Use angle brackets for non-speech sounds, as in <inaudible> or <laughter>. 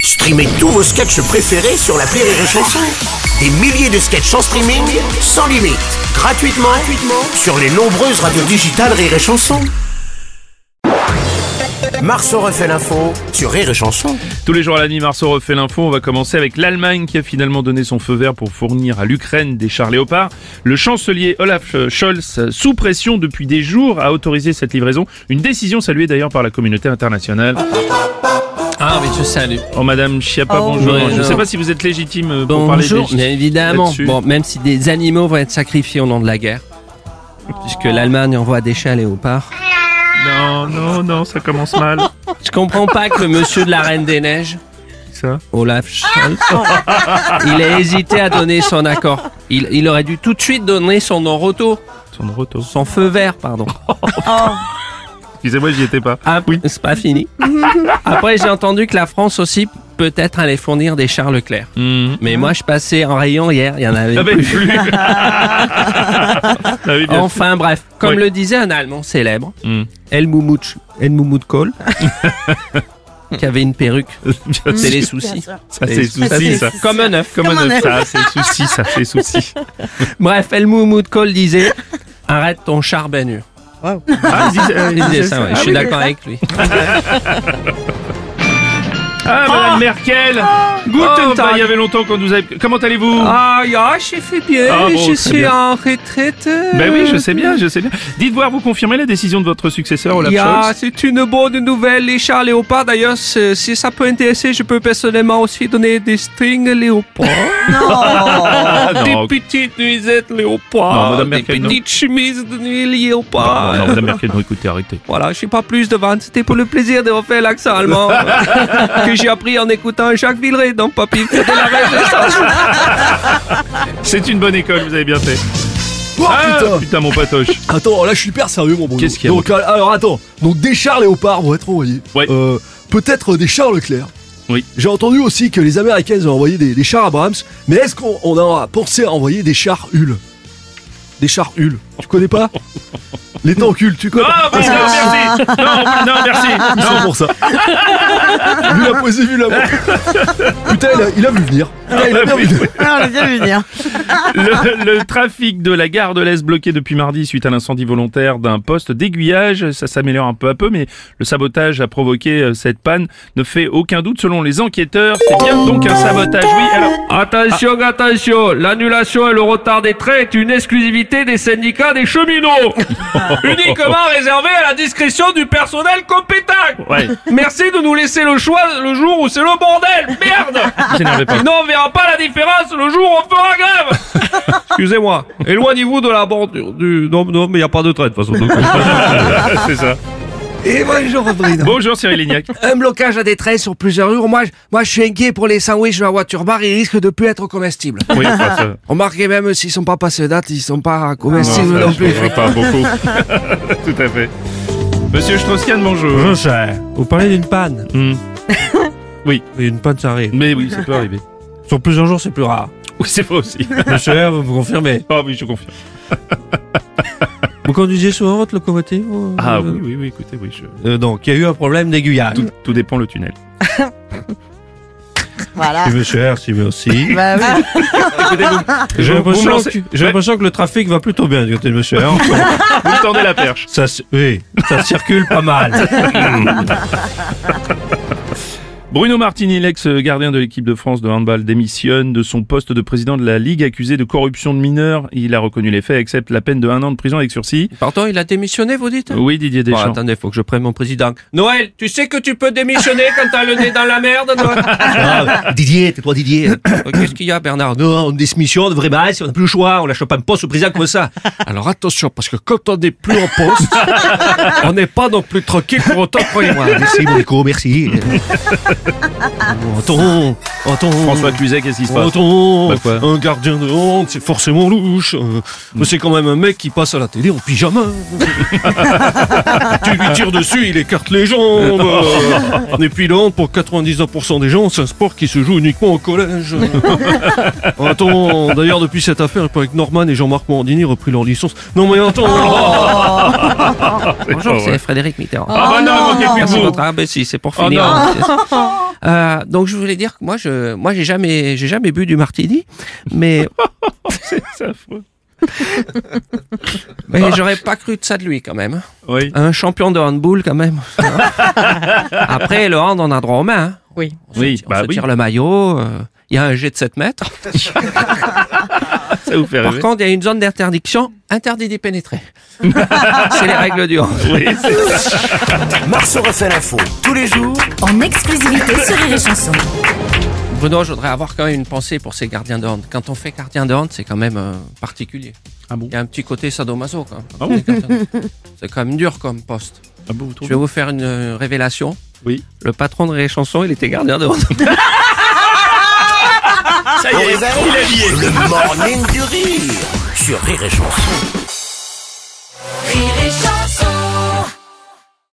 Streamez tous vos sketchs préférés sur la Rire et Chanson. Des milliers de sketchs en streaming, sans limite, gratuitement, gratuitement sur les nombreuses radios digitales Rire et Chanson. Marceau refait l'info sur Rire et Chanson. Tous les jours à la nuit, Marceau refait l'info. On va commencer avec l'Allemagne qui a finalement donné son feu vert pour fournir à l'Ukraine des chars léopards. Le chancelier Olaf Scholz, sous pression depuis des jours, a autorisé cette livraison. Une décision saluée d'ailleurs par la communauté internationale. Ah oui, je salue. Oh Madame Chiappa, Oh, bonjour. bonjour. Je ne sais pas si vous êtes légitime euh, pour parler Bonjour, des- mais évidemment. là-dessus. Bon, même si des animaux vont être sacrifiés au nom de la guerre, puisque l'Allemagne envoie des chats léopards. Non, non, non, ça commence mal. <laughs> Je comprends pas que le monsieur de la Reine des Neiges, Ça. Olaf Scholz, il a hésité à donner son accord. Il, il aurait dû tout de suite donner son non-retour, Son retour. son feu vert, pardon. Excusez-moi, j'y étais pas. Ah oui, c'est pas fini. Après, j'ai entendu que la France aussi peut-être allait fournir des chars Leclerc. Mmh. Mais moi, je passais en rayon hier, il y en avait Ah ben, plus. <laughs> plus. ah oui, bien sûr. Enfin bref, comme Oui. le disait un Allemand célèbre, Mm. El Moumout, El Moumout <laughs> Kohl, qui avait une perruque, Bien c'est sûr. les soucis. Ça, les Ah, c'est soucis. souci, ça. Comme un œuf. Comme un un œuf. Ça, c'est souci, ça, c'est souci. Bref, El Moumout Kohl disait Arrête ton char baignure. Ah, il disait- euh, il Il disait disait ça, ouais, Ah je suis oui, d'accord avec lui. Ah, Madame Merkel Guten Oh, bah, Tag. Il y avait longtemps qu'on nous avait... Comment allez-vous Ah, ya, je suis bien, Ah bon, je très suis bien. en retraite. Ben oui, je sais bien, je sais bien. Dites voir, vous confirmez la décision de votre successeur, Olaf Ya, Scholz c'est une bonne nouvelle, les chars léopards. D'ailleurs, c'est- si ça peut intéresser, je peux personnellement aussi donner des strings léopards. <laughs> Ah non, des petites nuisettes léopards. Non, Madame des Merkel, non. petites chemises de nuit léopards. Ah, non, non, Madame Merkel, non, écoutez, arrêtez. Voilà, je sais pas plus de vente. C'était pour le plaisir de refaire l'accent allemand que j'ai appris en écoutant Jacques Villeray dans Papy. Fais de la Renaissance. C'est une bonne école, vous avez bien fait. ah, putain. mon patoche. Attends, là je suis hyper sérieux, mon Bruno. Qu'est-ce qu'il y a, Donc, euh, alors attends, donc des chars léopards vont être envoyés. Ouais. Euh, Peut-être des chars Leclerc. Oui. J'ai entendu aussi que les Américaines ont envoyé des, des chars Abrams, mais est-ce qu'on on a pensé à envoyer des chars Hull Des chars Hull. Tu connais pas <laughs> Les tanks Hull, tu connais Ah, bon, non, merci. Non, non, merci. Ils sont <laughs> pour ça. Vu la posée, vu la Putain, il a, il a vu venir. Putain, il a bien vu venir. Ah, on l'a bien vu venir. Le, le trafic de la gare de l'Est bloqué depuis mardi suite à l'incendie volontaire d'un poste d'aiguillage, ça s'améliore un peu à peu, mais le sabotage a provoqué euh, cette panne ne fait aucun doute selon les enquêteurs. C'est bien donc un sabotage, oui. Alors, Attention, attention, l'annulation et le retard des trains est une exclusivité des syndicats des cheminots. Uniquement réservée à la discrétion du personnel compétent. ouais, Merci de nous laisser le choix le jour où c'est le bordel. Merde vous énervez pas. Sinon, on verra pas la différence le jour où on fera grève. Excusez-moi, éloignez-vous de la bordure du... Non, non, mais il n'y a pas de trait de toute façon. <laughs> C'est ça. Et Eh, bonjour, Bruno. Bonjour Cyril Lignac. <laughs> Un blocage à des trains sur plusieurs jours. Moi, je- moi, je suis inquiet pour les sandwichs de la voiture bar. Ils risquent de plus être comestibles. Oui, enfin, ça- Remarquez même s'ils sont pas passés date, ils sont pas comestibles Non, ça, non je plus. comprends pas beaucoup. <laughs> Tout à fait. Hein. Monsieur Strauss-Kahn, bonjour. Vous parlez d'une panne. <laughs> Hmm. Oui. une panne, ça arrive. Mais oui, ça peut arriver. Sur plusieurs jours, c'est plus rare. <laughs> Oui, c'est vrai <laughs> aussi. Monsieur, vous me confirmez. Ah oui, je confirme. Vous conduisez souvent votre locomotive euh, Ah oui, oui, oui, écoutez, oui, je... donc, il y a eu un problème d'aiguillage. tout, tout dépend le tunnel. Voilà. monsieur, si mais aussi. <laughs> Bah oui. Écoutez, vous, J'ai vous- vous me l'impression lancez- que, j'ai Ouais, l'impression que le trafic va plutôt bien du côté de monsieur. <laughs> hein. vous me tendez la perche. ça, c- oui, ça circule pas mal. Bruno Martini, l'ex-gardien de l'équipe de France de handball, démissionne de son poste de président de la Ligue accusé de corruption de mineurs. Il a reconnu les faits, accepte la peine de un an de prison avec sursis. Pardon, il a démissionné, vous dites Oui, Didier Bon, Deschamps. Oh, attendez, faut que je prenne mon président. Noël, tu sais que tu peux démissionner quand t'as le nez dans la merde, Noël <laughs> Oh, Ah, Didier, tais-toi, Didier. Qu'est-ce qu'il y a, Bernard Non, on démissionne vraiment, si on n'a plus le choix, on lâche pas un poste au président comme ça. Alors attention, parce que quand on n'est plus en <laughs> poste, On n'est pas non plus tranquille pour autant, croyez-moi. merci mon écho, <laughs> merci. Anton, Anton, François Cluzet, qu'est-ce qui se passe Anton, Bah quoi Hmm. un gardien de honte, c'est forcément louche. euh, Mais c'est quand même un mec qui passe à la télé en pyjama. <laughs> tu lui tires dessus, il écarte <laughs> les jambes. euh. Et puis le hand, pour 99% des gens, c'est un sport qui se joue uniquement <laughs> au collège. Anton, d'ailleurs depuis cette affaire, il paraît que Norman et Jean-Marc Morandini ont repris leur licence. Non mais Anton Bonjour, Oh. <laughs> C'est Frédéric Mitterrand. Ah bah non, manquez plus de Merci vous. votre- Ah, ben si, c'est pour Oh finir. non. <laughs> Euh, donc je voulais dire que moi je moi j'ai jamais j'ai jamais bu du martini, mais <laughs> C'est affreux. mais j'aurais pas cru de ça de lui quand même. Oui. Un champion de handball quand <laughs> même. Après le hand on a droit aux mains. hein. Oui. On se, Oui, ti- on bah se oui. tire le maillot. euh, Il y a un jet de 7 mètres. Ça vous fait Par rêver. contre, il y a une zone d'interdiction, interdit d'y <laughs> pénétrer. c'est les règles du hand. Oui, c'est- Marceau refait l'info tous les jours En exclusivité sur Rire et Chanson. Bruno, je voudrais avoir quand même une pensée pour ces gardiens de hand. Quand on fait gardien de hand, c'est quand même euh, particulier. Ah bon Il y a un petit côté sadomaso. Quand Ah bon <laughs> c'est quand même dur comme poste. Ah bon, vous Je trouvez vais vous faire une euh, révélation. Oui. Le patron de Ré Chanson, il était gardien de hand. pour les amis, le morning du rire sur Rire et Chanson.